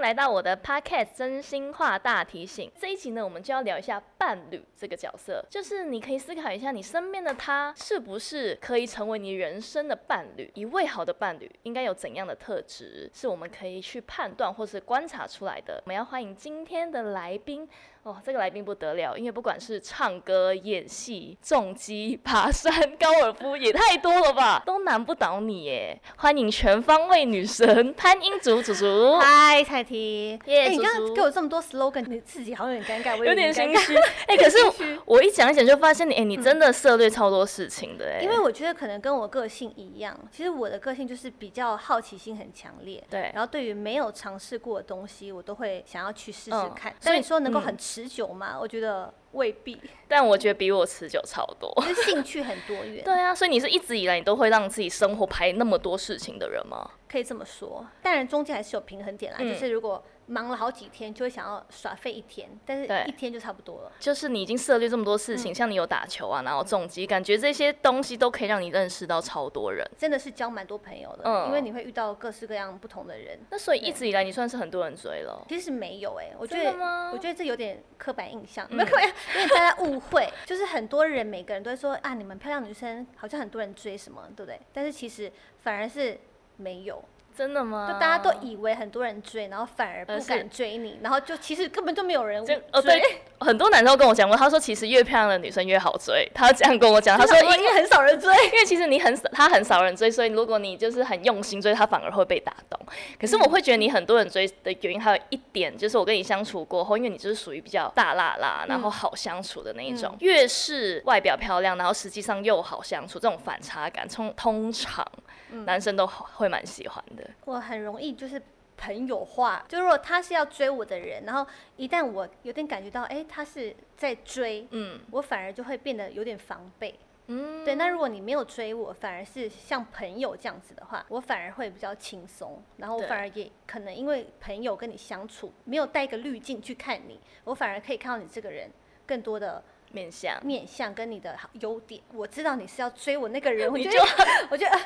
来到我的 podcast 真心话大提醒。这一集呢，我们就要聊一下伴侣这个角色，就是你可以思考一下，你身边的他是不是可以成为你人生的伴侣？一位好的伴侣应该有怎样的特质，是我们可以去判断或是观察出来的。我们要欢迎今天的来宾哦，这个来宾不得了，因为不管是唱歌、演戏、重击、爬山、高尔夫，也太多了吧，都难不倒你耶！欢迎全方位女神潘英竹竹竹。嗨，彩提，哦耶哎你叔刚叔刚给我这么多 slogan，你自己好像有点尴尬，我有点尴心尬，虚。 哎、可是我一讲一讲就发现你，哎、你真的涉猎超多事情的、哎，嗯因为我觉得可能跟我个性一样，其实我的个性就是比较好奇心很强烈，对然后对于没有尝试过的东西，我都会想要去试试嗯看。所以但你说能够嗯很持久吗？我觉得未必，但我觉得比我持久超 多。就是兴趣很多 元，对啊，所以你是一直以来你都会让自己生活排那么多事情的人吗？可以这么说。当然中间还是有平衡点啦，嗯就是如果忙了好几天，就会想要耍废一天，但是对一天就差不多了。就是你已经涉猎这么多事情，嗯像你有打球啊，然后重击，感觉这些东西都可以让你认识到超多人。真的是交蛮多朋友的，嗯因为你会遇到各式各样不同的人。那所以一直以来你算是很多人追了。其实没有哎、我觉真的得吗嗯我觉得这有点刻板印象，没有刻板印 象，有点大家误会， 就是很多人每个人都会说啊，你们漂亮女生好像很多人追什么，对不对？但是其实反而是没有，真的吗？就大家都以为很多人追，然后反而呃不啊是敢追你，然后就其实根本就没有人就追。哦对， 很多男生都跟我讲过，他说其实越漂亮的女生越好追，他这样跟我讲，他说因因为很 少人追，因为其实你很少，他很少人追，所以如果你就是很用心追，他反而会被打动。可是我会觉得你很多人追的原因，还有一点就是我跟你相处过后，因为你就是属于比较大辣辣，然后好相处的那一嗯种。越是外表漂亮，然后实际上又好相处，这种反差感，通通常嗯男生都好会蛮喜欢的。我很容易就是朋友化，就如果他是要追我的人，然后一旦我有点感觉到，哎、他是在追，嗯我反而就会变得有点防备。嗯，对，那如果你没有追我，反而是像朋友这样子的话，我反而会比较轻松，然后我对反而也可能因为朋友跟你相处，没有带一个滤镜去看你，我反而可以看到你这个人更多的面相。面相跟你的好优点。我知道你是要追我那个人，我你觉就得 我觉得、啊啊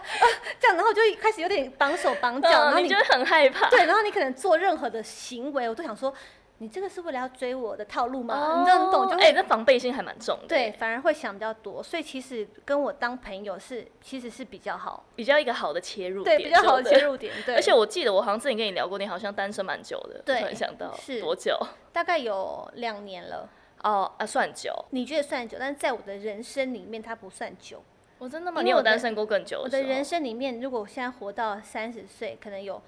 这样，然后就开始有点绑手绑脚，然嗯，后你你就会很害怕。对，然后你可能做任何的行为，我都想说，你这个是为了要追我的套路吗？哦你知道你懂就会哎，那防备心还蛮重的。对，，反而会想比较多，所以其实跟我当朋友是其实是比较好，比较一个好的切入对，点比较好的就对 切入点，对，而且我记得我好像之前跟你聊过，你好像单身蛮久的，对我突然想到是多久？大概有两年了，哦啊，算久。你觉得算久，但是在我的人生里面它不算久，我真的吗？因为你有我的单身过更久我的的时候人生里面，如果我现在活到三十岁，可能有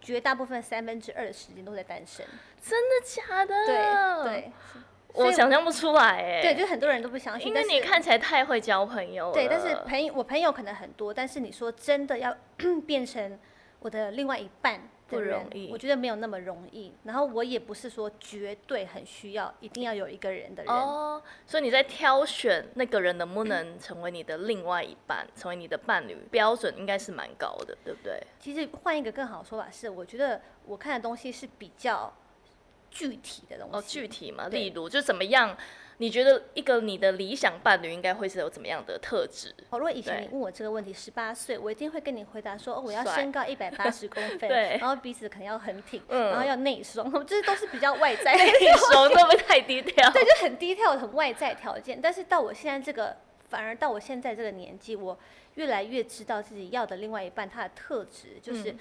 绝大部分三分之二的时间都在单身，真的假的？对，对，所啊以我想象不出来哎。对，，就很多人都不相信，因但为是你看起来太会交朋友了。对，但是朋友我朋友可能很多，但是你说真的要 变成我的另外一半的不人容易我觉得没有那么容易。然后我也不是说绝对很需要，一定要有一个人的人。哦，所以你在挑选那个人能不能成为你的另外一半，成为你的伴侣，标准应该是蛮高的，对不对？其实换一个更好的说法是，我觉得我看的东西是比较具体的东西。哦，具体嘛，对例如就怎么样？你觉得一个你的理想伴侣应该会是有怎么样的特 质？哦，如果以前对你问我这个问题，十八岁，我一定会跟你回答说，哦，我要帅身高一百八十公分， 对然后鼻子可能要很挺，嗯然后要内双， 这都是比较外在。 你说会不会太低调？对，就很低调、很外在条件。但是到我现在这个，反而到我现在这个年纪，我越来越知道自己要的另外一半他的特质，就是嗯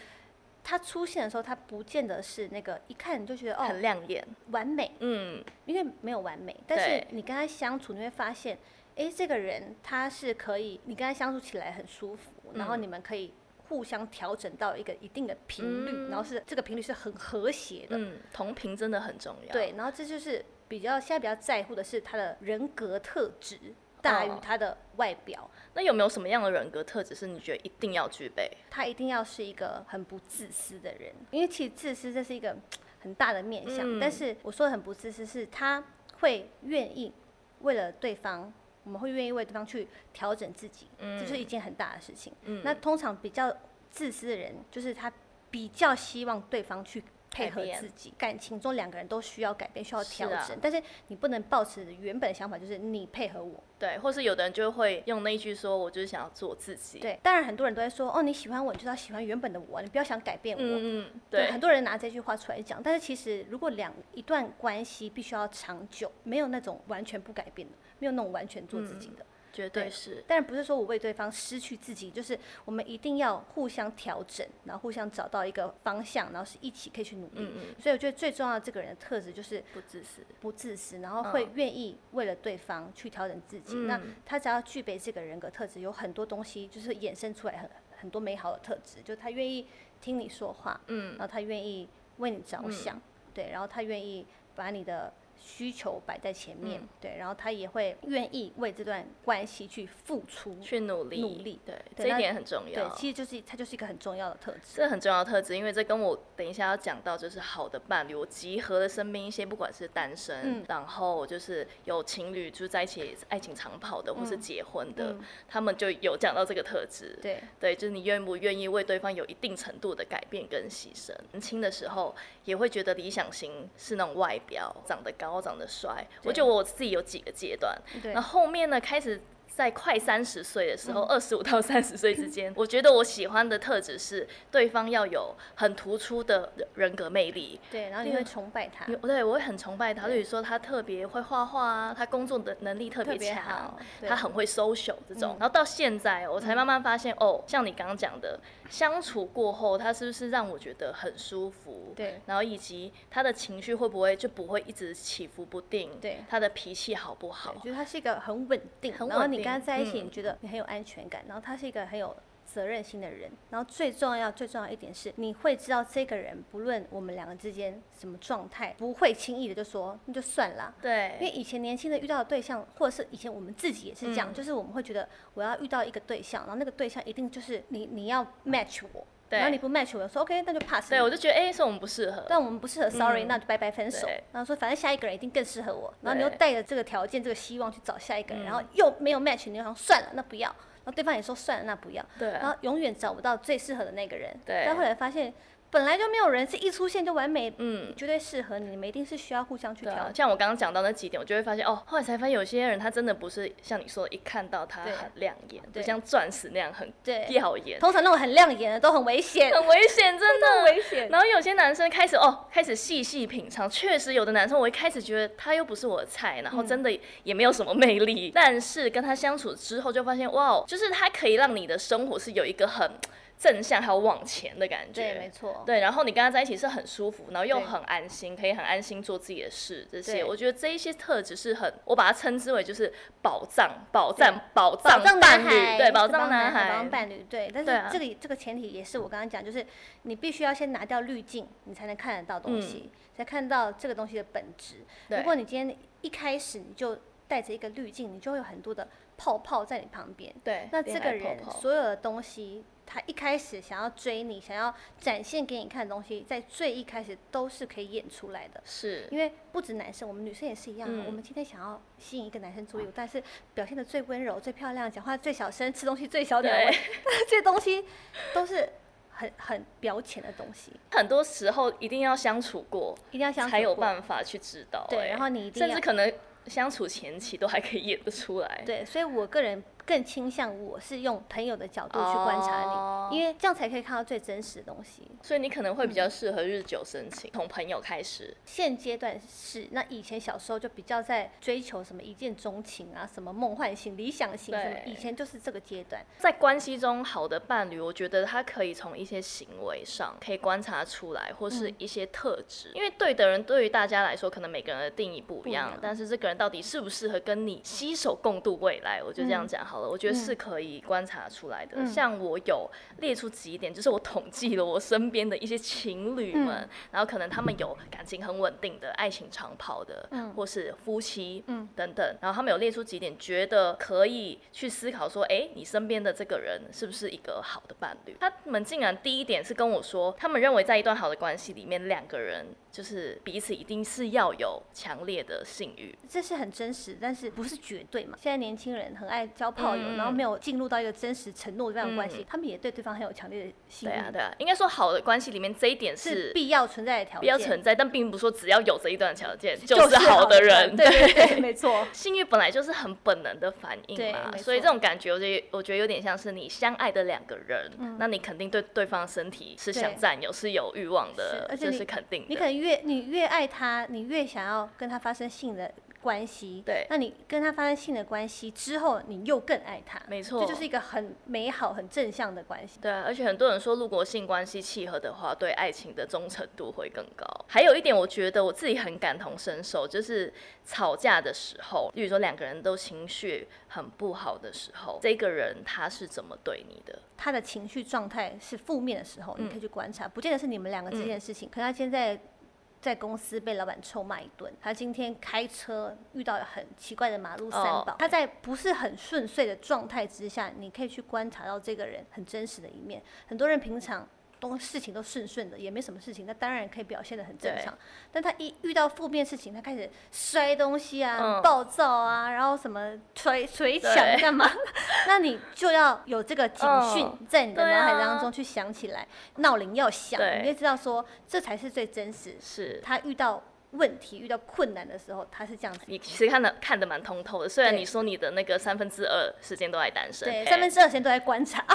他出现的时候，他不见得是那个一看你就觉得很哦亮眼。完美，嗯，因为没有完美。但是对你跟他相处，你会发现，诶，这个人他是可以，你跟他相处起来很舒服，然后嗯你们可以。互相调整到一个一定的频率，嗯然后是这个频率是很和谐的，嗯，同频真的很重要。，对，然后这就是比较现在比较在乎的是他的人格特质大于哦他的外表，那有没有什么样的人格特质是你觉得一定要具备？他一定要是一个很不自私的人，因为其实自私这是一个很大的面向，嗯但是我说的很不自私是他会愿意为了对方。我们会愿意为对方去调整自己，这就是一嗯件很大的事情。那通常比较自私的人，就是他比较希望对方去配合改变自己。感情中两个人都需要改变，需要是调啊整，但是你不能抱持原本的想法，就是你配合我。对，或是有的人就会用那一句说，我就是想要做自己。，对，当然很多人都会说，哦，你喜欢我，你就是要喜欢原本的我，你不要想改变我。嗯嗯，很对，多人拿这句话出来讲，但是其实如果两一段关系必须要长久，没有那种完全不改变的，没有那种完全做自己的。绝对对是。当然不是说我为对方失去自己，就是我们一定要互相调整，然后互相找到一个方向，然后是一起可以去努力。嗯嗯，所以我觉得最重要的这个人的特质就是不自私。不自私，然后会嗯愿意为了对方去调整自己。那嗯他只要具备这个人格特质，有很多东西就是衍生出来很很多美好的特质，就是他愿意听你说话，嗯然，后他愿意为你着想，对，然后他愿意把你的需求摆在前面，嗯对，然后他也会愿意为这段关系去付出，去努力，努力对，对这一那点很重要对，。其实就是他就是一个很重要的特质。这很重要的特质，因为这跟我等一下要讲到，就是好的伴侣，我集合了身边一些不管是单身，嗯然后就是有情侣就是在一起爱情长跑的，或是结婚的，嗯他们就有讲到这个特质。对，对，就是你愿不愿意为对方有一定程度的改变跟牺牲。年轻的时候也会觉得理想型是那种外表，长得高，长得帅。我对觉得我自己有几个阶段，对嗯然，后后面呢，开始在快三十岁的时候，二十五到三十岁之间，我觉得我喜欢的特质是对方要有很突出的人格魅力。对，然后你对会崇拜他有，对我会很崇拜他，啊对例如说他特别会画画啊，他工作的能力特特别别强好，，对他很会 social 这种。嗯然后到现在，我才慢慢发现，哦，像你刚刚讲的，相处过后，他是不是让我觉得很舒服？对然后以及他的情绪会不会就不会一直起伏不定？对他的脾气好不好对，？就是他是一个很稳定，很然后稳你定跟他在一起，嗯你觉得你很有安全感，然后他是一个很有责任心的人，然后最重要最重要一点是，你会知道这个人不论我们两个之间什么状态，不会轻易的就说那就算啦。因为对，以前年轻的遇到的对象，或者是以前我们自己也是这样，嗯就是我们会觉得我要遇到一个对象，然后那个对象一定就是你，你要 match 我，对然后你不 match 我，我说 OK，那就 pass 对你我就觉得，哎、是我们不适合。但我们不适合，sorry，、嗯那就拜拜分手对。然后说反正下一个人一定更适合我，然后你又对带着这个条件、这个希望去找下一个人，嗯然后又没有 match，你就想算了，那不要。然后对方也说算了，那不要。对，然后永远找不到最适合的那个人。对但后来发现本来就没有人是一出现就完美，嗯，绝对适合你，你们一定是需要互相去对啊调，整。像我刚刚讲到那几点，我就会发现哦，后来才发现有些人他真的不是像你说的，一看到他对很亮眼，就对像钻石那样很对，耀眼，通常那种很亮眼的都很危 险，很危险，真很的。危险。然后有些男生开始哦，开始细细品尝，确实有的男生我一开始觉得他又不是我的菜，然后嗯真的也没有什么魅力，但是跟他相处之后就发现哇，哦，就是他可以让你的生活是有一个很正向还有往前的感觉，对，没错。对，然后你跟他在一起是很舒服，然后又对很安心，可以很安心做自己的事。这些对我觉得这一些特质是很，我把它称之为就是宝藏、宝藏、宝宝藏藏伴男侣，孩，对，宝宝藏男男宝孩藏，伴侣，对。但对啊是这个、这个前提也是我刚刚讲，就是你必须要先拿掉滤镜，你才能看得到东西，才看到这个东西的本质。嗯对如果你今天一开始你就带着一个滤镜，你就会有很多的泡泡在你旁边。对，那这恋个爱泡人泡所有的东西，他一开始想要追你，想要展现给你看的东西，在最一开始都是可以演出来的。是因为不止男生，我们女生也是一样、啊。嗯我们今天想要吸引一个男生注意，我但是表现的最温柔、最漂亮，讲话最小声，吃东西最小鸟胃对， 这些东西都是很很表浅的东西，很多时候一定要相处过，一定要相才有法。办法去知道、对，哎然后你一定甚要至可能相处前期都还可以演得出来。对，所以我个人更倾向我是用朋友的角度去观察你，哦因为这样才可以看到最真实的东西。所以你可能会比嗯较适合日久生情，从朋友开始。现阶段是，那以前小时候就比较在追求什么一见钟情啊，什么梦幻型、理想型什么，对以前就是这个阶段。在关系中，好的伴侣，我觉得他可以从一些行为上可以观察出来，或是一些特质。因为对的人对于大家来说，可能每个人的定义不一不一样样，但是这个人到底适不适合跟你携手共度未来，我就这样讲好了。我觉得是可以观察出来的。嗯像我有列出几点，就是我统计了我身边的一些情侣们，嗯然后可能他们有感情很稳定的、爱情长跑的，嗯或是夫妻，嗯等等。然后他们有列出几点，觉得可以去思考说，哎，你身边的这个人是不是一个好的伴侣？他们竟然第一点是跟我说，他们认为在一段好的关系里面，两个人就是彼此一定是要有强烈的性欲。这是很真实，但是不是绝对嘛？现在年轻人很爱交泡好友，嗯然后没有进入到一个真实承诺这样的关系，嗯他们也对对方很有强烈的吸对引力，啊，对啊，应该说好的关系里面这一点嗯是是必要存在的条比较件，存在，但并不是说只要有这一段条件就是好的人。对对 对，没错。性欲本来就是很本能的反应对嘛，没所以错这种感觉，我觉得我觉得有点像是你相爱的两个人，那你肯定对对方身体是想嗯对占有、是有欲望的是，而且这你是肯定你可的。能越你越爱他，你越想要跟他发生性的关系。对那你跟他发生性的关系之后，你又更爱他。没错这就是一个很美好、很正向的关系。对啊，而且很多人说，如果性关系契合的话，对爱情的忠诚度会更高。还有一点，我觉得我自己很感同身受，就是吵架的时候，例如说两个人都情绪很不好的时候，这个人他是怎么对你的？他的情绪状态是负面的时嗯候，你可以去观察，不见得是你们两个之间的事情，可能他现在。在公司被老板臭骂一顿，他今天开车遇到很奇怪的马路三宝哦他在不是很顺遂的状态之下，你可以去观察到这个人很真实的一面。很多人平常都事情都顺顺的，也没什么事情，那当然可以表现得很正常。但他一遇到负面事情，他开始摔东西啊、嗯暴躁啊，然后什么捶捶墙对干嘛？那你就要有这个警讯嗯在你的对脑海啊当中去想起来，闹铃要响，对你就知道说这才是最真实。是他遇到问题、遇到困难的时候，他是这样子。你其实看的看得蛮通透的，虽然对你说你的那个三分之二时间都在单身，对，嘿三分之二时间都在观察，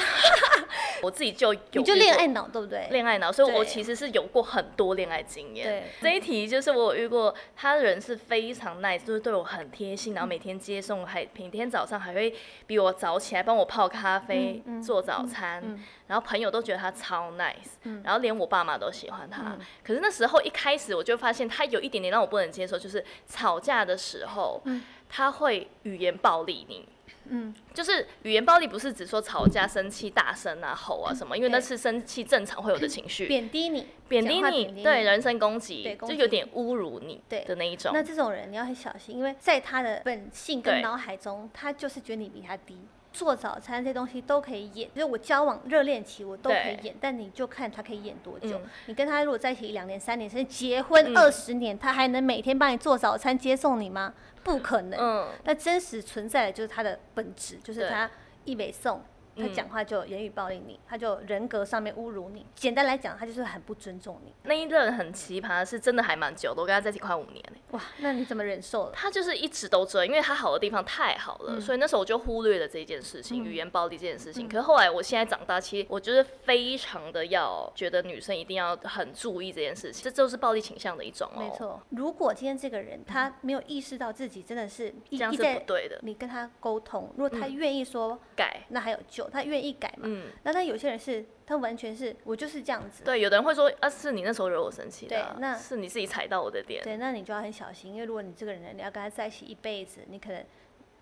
我自己就有你就遇过恋爱脑，对不对？恋爱脑，所以我对其实是有过很多恋爱经验对。这一题就是我有遇过，他人是非常 nice，就是对我很贴心，然后每天接送，还每天早上还会比我早起来帮我泡咖啡、嗯嗯做早餐、嗯然后朋友都觉得他超 nice，、嗯然后连我爸妈都喜欢他、可是那时候一开始我就发现他有一点点让我不能接受，就是吵架的时候，嗯他会语言暴力你。嗯，就是语言暴力，不是只说吵架、生气、大声啊、吼啊什么，因为那对是生气正常会有的情绪。贬低你，贬讲低话你，对人身攻击对，攻就击有点侮辱你对的那一种那。这种人你要很小心，因为在他的本性对跟脑海中，他就是觉得你比他低。做早餐这东西都可以演，就是我交往热恋期我都可以对演，但你就看他可以演多久。嗯你跟他如果在一起一两年、三年，甚至结婚嗯二十年，他还能每天帮你做早餐接送你吗？不可能。嗯，那真实存在的就是他的本质，就是对他一北宋，他嗯讲话就言语暴力你，他就人格上面侮辱你。简单来讲，他就是很不尊重你。那一任很奇葩，是真的还蛮久的，我跟他在一起快五年了哇，那你怎么忍受了？他就是一直都这样，因为他好的地方太好了，嗯所以那时候我就忽略了这件事情，语言暴力这件事情。可是后来我现在长大，其实我就是非常的要觉得女生一定要很注意这件事情，这就是暴力倾向的一种哦。没，错，如果今天这个人他没有意识到自己真的是嗯这一样一嗯是不在对的，你跟他沟通，如果他愿意说，改。那还有救，他愿意改嘛？嗯，那但有些人是他完全是我就是这样子，对，有的人会说啊，是你那时候惹我生气的啊、对那是你自己踩到我的点。对，那你就要很小心，因为如果你这个人你要跟他在一起一辈子，你可能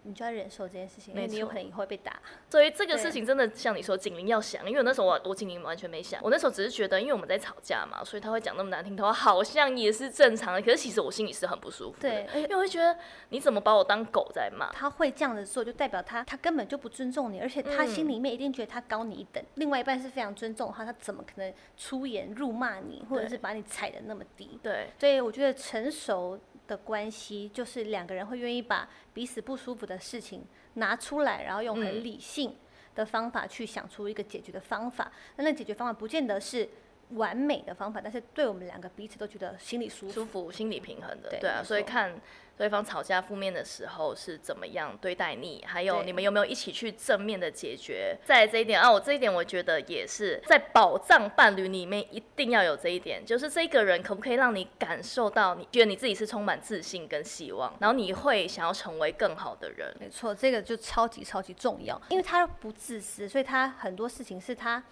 你就要忍受这件事情，因为没你有错可能以后会被打。所以这个对事情真的像你说，警铃要响，因为我那时候我我警铃完全没响，我那时候只是觉得，因为我们在吵架嘛，所以他会讲那么难听的话，好像也是正常的。可是其实我心里是很不舒服的，对，而且因为我会觉得你怎么把我当狗在骂？他会这样子做，就代表他他根本就不尊重你，而且嗯他心里面一定觉得他高你一等。另外一半是非常尊重他，他怎么可能出言辱骂你，或者对是把你踩得那么低？对，所以我觉得成熟的关系就是两个人会愿意把彼此不舒服的事情拿出来，然后嗯用很理性的方法去想出一个解决的方法。那那解决方法不见得是完美的方法，但是对我们两个彼此都觉得心里舒服。舒服、心理平衡的，对对啊，没错所以看对方吵架负面的时候是怎么样对待你，还有对你们有没有一起去正面的解决。在这一点啊，我这一点我觉得也是在保障伴侣里面一定要有这一点，就是这个人可不可以让你感受到你觉得你自己是充满自信跟希望，然后你会想要成为更好的人。没错，这个就超级超级重要，因为他不自私，所以他很多事情是他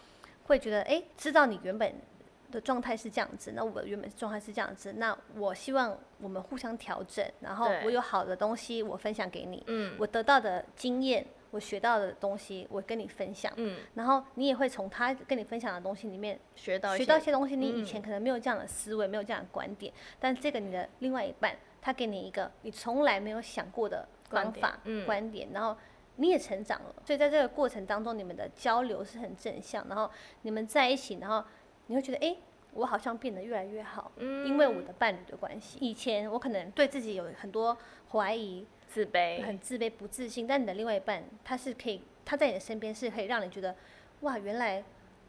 会觉得，哎，知道你原本的状态是这样子，那我原本状态是这样子，那我希望我们互相调整，然后对我有好的东西我分享给你，嗯我得到的经验，我学到的东西我跟你分享，嗯，然后你也会从他跟你分享的东西里面学到一学些到一些东西，你嗯以前可能没有这样的思维，没有这样的观点，但这个你的另外一半，他给你一个你从来没有想过的观方点法、嗯观点，然后你也成长了，所以在这个过程当中，你们的交流是很正向，然后你们在一起，然后你会觉得，哎、我好像变得越来嗯越好，因为我的伴侣的关系。以前我可能对自己有很多怀疑，自卑，很自卑、不自信，但你的另外一半他是可以，他在你的身边是可以让你觉得，哇，原来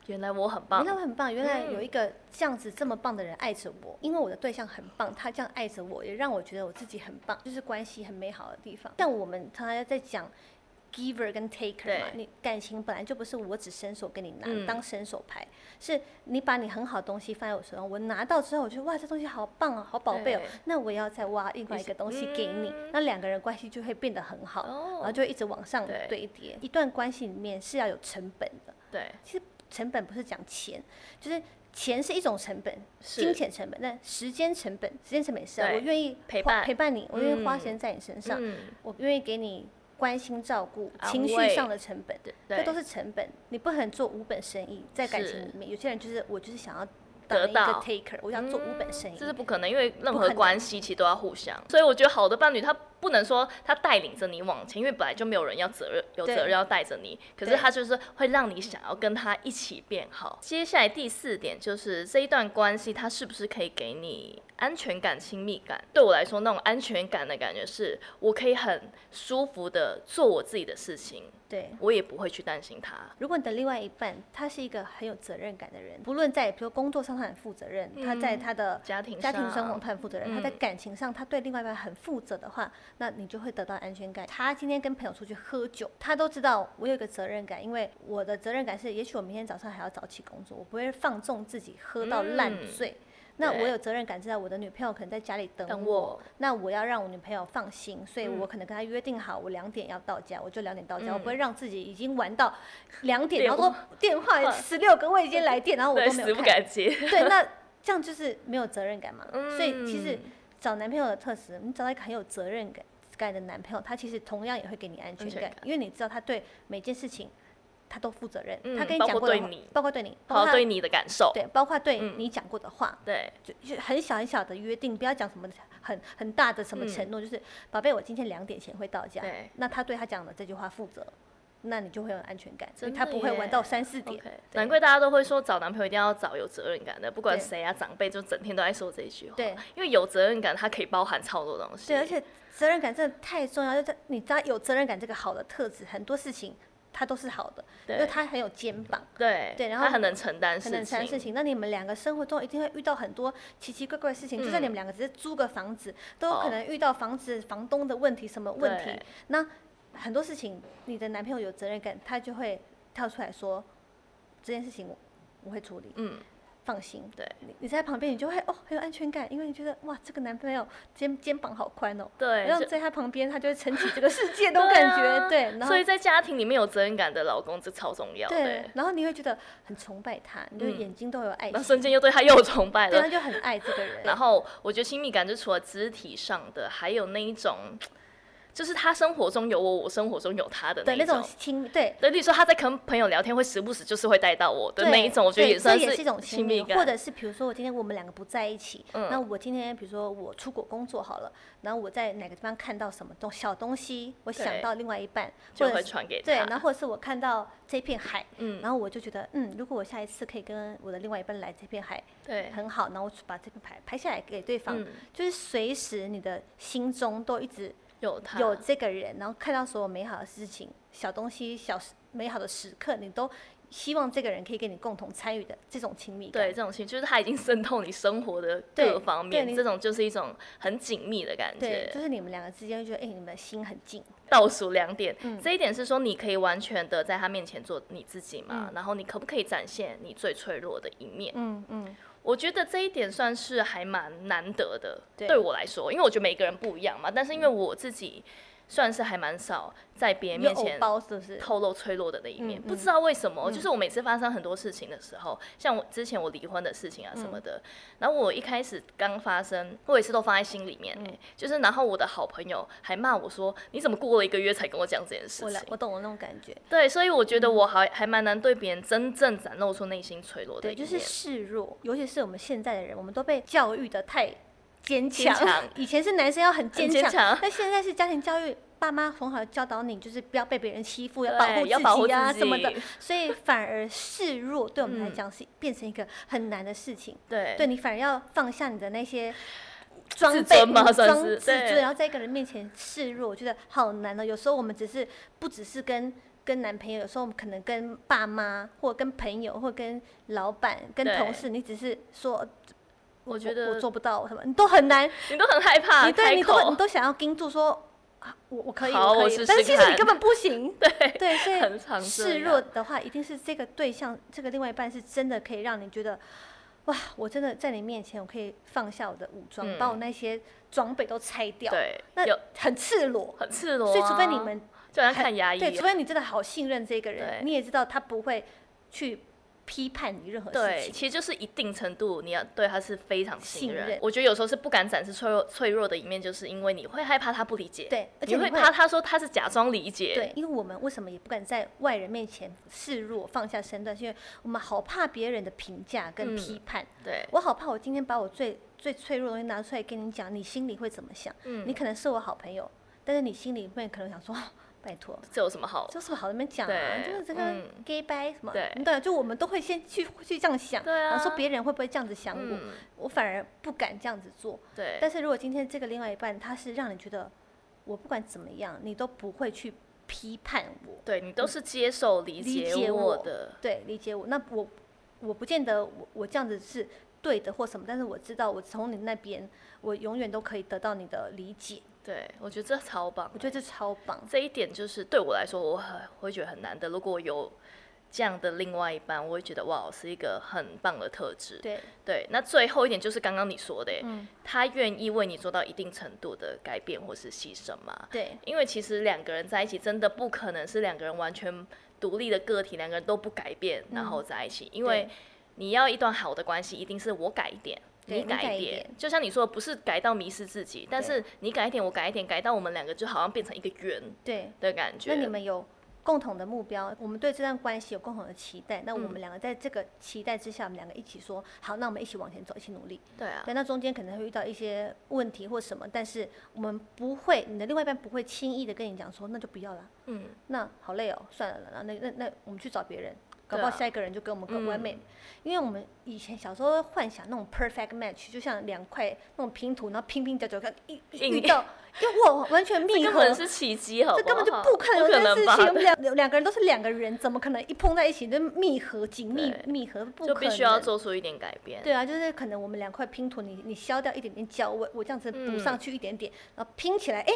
原来我很棒原来，我很棒，原来嗯有一个这样子这么棒的人爱着我，因为我的对象很棒，他这样爱着我，也让我觉得我自己很棒，就是关系很美好的地方。但我们常常在讲 giver 跟 taker 嘛对，你感情本来就不是我只伸手给你拿、嗯当伸手牌，是你把你很好的东西放在我手上，我拿到之后，我觉得哇，这东西好棒啊，好宝贝哦对，那我也要再挖另外一个东西给你，嗯那两个人关系就会变得很好，然后哦，就会一直往上对堆叠。一段关系里面是要有成本的。对，其实成本不是讲钱，就是钱是一种成本，是金钱成本，但时间成本，时间成本也是啊，对我愿意陪花伴陪伴你，我愿意花嗯钱在你身上，嗯，我愿意给你关心照顾，安情绪慰上的成本，对这对，都是成本。你不可能做无本生意，在感情是里面，有些人就是我就是想要得当一个到嗯 taker，我想做无本生意这，是不可能，因为任不可何能关系其实都要互相，所以我觉得好的伴侣他不能说他带领着你往前，因为本来就没有人要责任有对责任要带着你，可是对他就是会让你想要跟他一起变好。接下来第四点就是这一段关系，它是不是可以给你安全感、亲密感？对我来说，那种安全感的感觉是我可以很舒服的做我自己的事情，对。我也不会去担心他。如果你的另外一半他是一个很有责任感的人，不论在比如工作上他很负责任，他在嗯他的家庭家庭上生活他很负责任，他在嗯感情上他对另外一半很负责的话，那你就会得到安全感。他今天跟朋友出去喝酒，他都知道我有一个责任感，因为我的责任感是，也许我明天早上还要早起工作，我不会放纵自己喝到烂嗯醉。那我对有责任感，知道我的女朋友可能在家里等等我那我要让我女朋友放心，所以我嗯可能跟她约定好，我两点要到家，我就两点到家，我不嗯会让自己已经玩到两点，电嗯然后都电话十六个未接来电，然后哦我对，都没死有不看，敢接。对，那这样就是没有责任感 嘛。所以其实嗯找男朋友的特质，你找到一个很有责任感感的男朋友，他其实同样也会给你安全安全感，感因为你知道他对每件事情他都负责任，嗯他跟你包讲括过的对话你包括对你，包好括他对你的感受，对，包括对嗯你讲过的话，对就就很小很小的约定，不要讲什么很很大的什么承诺，就是宝贝，我今天两点前会到家嗯对。那他对他讲的这句话负责，那你就会有安全感，所以真他的不会玩到耶三四点 OK，。难怪大家都会说找男朋友一定要找有责任感的，不管对谁啊，长辈就整天都在说这一句话。对，因为有责任感，它可以包含超多东西。对，而且责任感真的太重要，就是你知道有责任感这个好的特质，很多事情他都是好的，因为对他很有肩膀。对对然后他很能承担很事能情，三事情，那你们两个生活中一定会遇到很多奇奇怪怪的事情，就算你嗯们两个只是租个房子，都有可哦能遇到房子房东的问题什么问题对。那很多事情，你的男朋友有责任感，他就会跳出来说这件事情我我会处理，嗯，放心。对你你在旁边，你就会哦很有安全感，因为你觉得哇这个男朋友肩肩膀好宽哦，对，然后就在他旁边，他就会撑起这个世界，都感 觉对，然后嗯啊所以在哦家庭里面有责任感的老公，这超重要的。对，，然后你会觉得很崇拜他，你就嗯眼睛都有爱然后心瞬，间又对他又崇拜对，了他。就很爱这个 人。然后我觉得亲密感就除了肢体上的，还有那一种，就是他生活中有我，我生活中有他的对一那种种亲，对对，例如说他在跟朋友聊天，会时不时就是会带到我的对那一种，我觉得对也算这也是一种亲亲密密，感，或者是比如说我今天我们两个不在一起，嗯那我今天比如说我出国工作好了，然后我在哪个地方看到什么东小东西，我想对到另外一半，或就者会是传给他。对，然后或者是我看到这片海，嗯，然后我就觉得嗯，如果我下一次可以跟我的另外一半来这片海，对，很好，然后我把这片海拍下来给对方嗯，，就是随时你的心中都一直有他有这个人，然后看到所有美好的事情、小东西、小时美好的时刻，你都希望这个人可以跟你共同参与的这种亲密感。对这种情，就是他已经渗透你生活的对各方对面，你这种就是一种很紧密的感对觉就。是你们两个之间就觉得，哎、你们的心很近。倒数两点，嗯这一点是说你可以完全的在他面前做你自己嘛，嗯然后你可不可以展现你最脆弱的一面？嗯嗯，我觉得这一点算是还蛮难得的，对对我来说，因为我觉得每个人不一样嘛，但是因为我自己算是还蛮少在别人你有面偶前包是不是？透露脆弱的那一面，嗯不嗯知道为什么，嗯就是我每次发生很多事情的时候，像我之前我离婚的事情啊什么的，嗯然后我一开始刚发生，我也是都放在心里面、嗯欸就是然后我的好朋友还骂我说，你怎么过了一个月才跟我讲这件事我了嗯情？我懂了那种感觉。对，所以我觉得我还还蛮难对别人真正展露出内心脆弱的对，一就面，是示弱，尤其是我们现在的人，我们都被教育的太坚坚强。强以前是男生要很坚很坚强但现在是家庭教育，爸妈从小教导你，就是不要被别人欺负，要保护对要保护己啊自什么的己，所以反而示弱对我们来嗯讲是变成一个很难的事情。对对你反而要放下你的那些装自备嗯尊吗算装是自尊，对然后在一个人面前示弱，我觉得好难哦。有时候我们只是不只是跟跟男朋友，有时候我们可能跟爸妈，或跟朋友，或跟老板、跟对同事，你只是说，我我觉得我做不到什么，你都很难，你都很害怕你对开你都你口，都想要盯住说。啊，我我可以，好可我以，试但是试其实你看。根本不行对，对，所以很常这示样弱的话，一定是这个对象，这个另外一半是真的可以让你觉得，哇，我真的在你面前，我可以放下我的武装，把我那些装备都拆掉，嗯对，那有很赤裸。很赤裸啊、所以，除非你们就好像很看牙医对，一除样，非你真的好信任这个对人，你也知道他不会去批判你任何事对，情。其实就是一定程度你要对他是非常信信任。任我觉得有时候是不敢展示脆弱脆弱的一面，就是因为你会害怕他不理解，，对，而且你会你怕他说他是假装理解，对，因为我们为什么也不敢在外人面前示弱、放下身段，是因为我们好怕别人的评价嗯跟批判。对我好怕我今天把我最最脆弱的东西拿出来跟你讲，你心里会怎么想？嗯你可能是我好朋友，但是你心里面可能想说， 拜托，这有什么好？这有什么好在那边讲啊？对就是这个嗯 gay bye 什么？对你懂啊，就我们都会先去 去这样想，对啊然后说别人会不会这样子想我？嗯，我反而不敢这样子做。对，但是如果今天这个另外一半他是让你觉得，我不管怎么样，你都不会去批判我，对你都是接受理嗯理解解我我的，对，理解我。那我我不见得我我这样子是对的或什么，但是我知道我从你那边，我永远都可以得到你的理解。对我觉得这超棒我。觉得这超棒。这一点就是对我来说，我很我会觉得很难的。如果有这样的另外一半，我会觉得哇，是一个很棒的特质。对，对，那最后一点就是刚刚你说的，欸嗯，他愿意为你做到一定程度的改变或是牺牲吗？对，因为其实两个人在一起，真的不可能是两个人完全独立的个体，两个人都不改变，嗯然后在一起。因为你要一段好的关系，一定是我改一点。对你你改改一点点，就像你说的，不是改到迷失自己，但是你改一点，我改一点，改到我们两个就好像变成一个圆对。的感觉。那你们有共同的目标，我们对这段关系有共同的期待。那我嗯们两个在这个期待之下，我们两个一起说好，那我们一起往前走，一起努力。对啊，对，那中间可能会遇到一些问题或什么，但是我们不会，你的另外一半不会轻易的跟你讲说，那就不要啦。嗯，那好累哦，算了啦，那那那我们去找别人，搞不对啊好下一个人就跟我们更完美。嗯因为我们以前小时候会幻想那种 perfect match，就像两块那种拼图，然后拼拼角角，看一一硬遇到，因为我完全这密根合本。是奇迹，好这根本就好不可能有不可这件能事吧情，我们两两个人都是两个人，怎么可能一碰在一起就密合紧密对密合？不就可必能。须要做出一点改变。对啊，就是可能我们两块拼图你，你削掉一点点角，我我这样子补嗯上去一点点，然后拼起来，哎、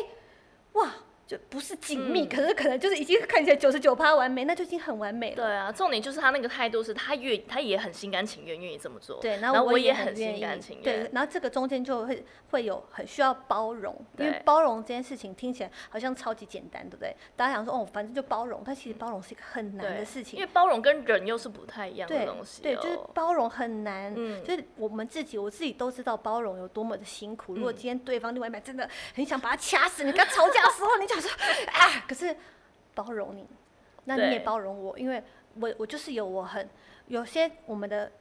哇，就不是紧密，嗯可是可能就是已经看起来九十九趴完美，那就已经很完美了。对啊，重点就是他那个态度是，他愿他也很心甘情愿愿意这么做。对，然然后后我我也很很愿心意甘情愿对，然后这个中间就会会有很需要包容，因对为包容这件事情听起来好像超级简单，对不对？大家想说哦，反正就包容，但其实包容是一个很难的事因为情。啊包容跟人又是不太一样的对东西、哦。对，就是包容很难，嗯就是我们自己，我自己都知道包容有多么的辛苦。如果嗯今天对方另外一半真的很想把他掐死，你跟他吵架的时候，你想说啊，可是包容你，那你也对包容我，因为我我就是有我很有些我们的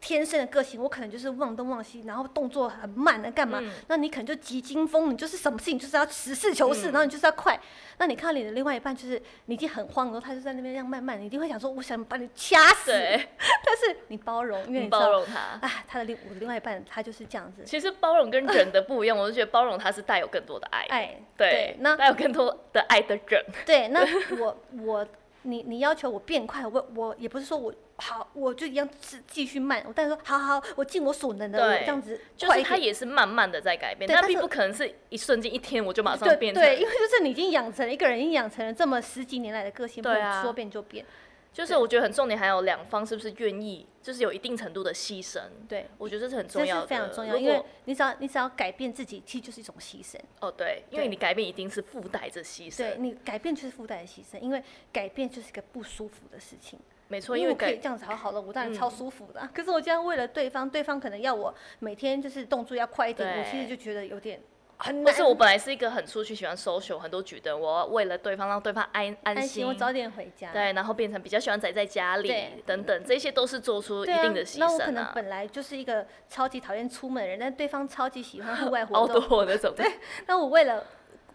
天生的个性，我可能就是忘东忘西，然后动作很慢，那干嘛？嗯那你可能就急惊风，你就是什么事情就是要实事求嗯是，然后你就是要快。那你看到你的另外一半就是你已经很慌了，然后他就在那边这样慢慢，你一定会想说我想把你掐死，对，但是你包容，因为你你知道 包容他。啊，他的另我的另外一半他就是这样子，其实包容跟人的不一样，我就觉得包容他是带有更多的爱。哎，对，那带有更多的爱的人。对，那我我你你要求我变快，我我也不是说我好我就一样继继续慢，我但是说好好，我尽我所能的，我对这样子就快是一他点。也是慢慢的在改变，对但但并是不可能是一瞬间一天我就马上对变对，成。因为就是你已经养成了一个人，已经养成了这么十几年来的个性，不对能啊说变就变。就是我觉得很重点，还有两方是不是愿意，就是有一定程度的牺牲。对，我觉得这是很这重要是的，非常重要，如因为果你只要你只要改变自己，其实就是一种牺牲。哦对，因为对你改变一定是附带着牺对牲，你改变就是附带的牺牲，因为改变就是一个不舒服的事情。没错，因因为为我可改以这样子好好的，我当嗯然超舒服的 啊、可是我这样为了对方，对方可能要我每天就是动作要快一点，我其对实就觉得有点很不难。是我本来是一个很出去喜欢 social 很多举动，我要为了对方让对方安安安心，心，我早点回家。对，然后变成比较喜欢宅在家里对等等，这些都是做出一对啊。定的牺那我可牲能啊。本来就是一个超级讨厌出门的人，但对方超级喜欢户 外凹活动。多那种，那我为了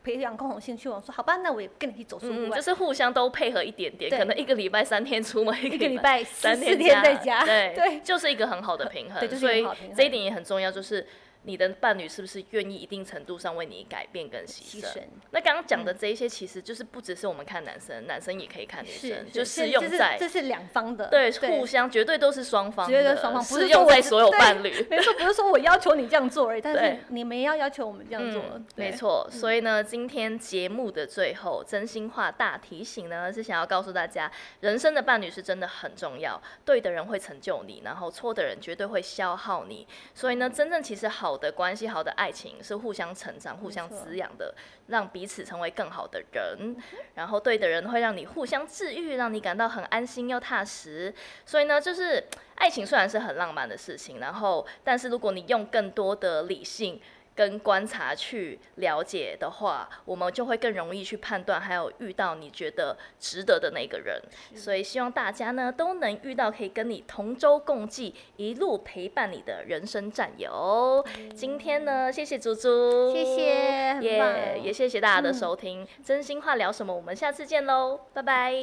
培养共同兴趣，我说好吧，那我也跟你一起走出户嗯，外。就是互相都配合一点点，对可能一个礼拜三天出门，一一个个礼礼拜拜四三四天天在家，对对就是一个很好的平衡， 对就是所以一个很好的平衡这一点也很重要，就是你的伴侣是不是愿意一定程度上为你改变跟牺牺牲牲。嗯那刚刚讲的这一些，其实就是不只是我们看男生，男生也可以看女是生，就是适用这是在这是两方的，对互相，绝对都是双方的，绝对都是双方不适是说用我在只所有对伴 侣。没错，不是说我要求你这样做而已，但对是你们也要要求我们这样做，嗯、对没。错。所以呢，今天节目的最后，真心话大提醒呢，是想要告诉大家，人生的伴侣是真的很重要。对的人会成就你，然后错的人绝对会消耗你。所以呢，真正其实好的关系、好的爱情是互相成长、互相没错滋养的，让彼此成为更好的人。然后对的人会让你互相治愈，让你感到很安心又踏实。所以呢，就是爱情虽然是很浪漫的事情，然后但是如果你用更多的理性跟观察去了解的话，我们就会更容易去判断，还有遇到你觉得值得的那个人。所以希望大家呢都能遇到可以跟你同舟共济、一路陪伴你的人生战友。今天呢，谢谢猪猪，嗯谢谢很耶、棒嗯也谢谢大家的收听。真心话聊什么？我们下次见喽，拜拜。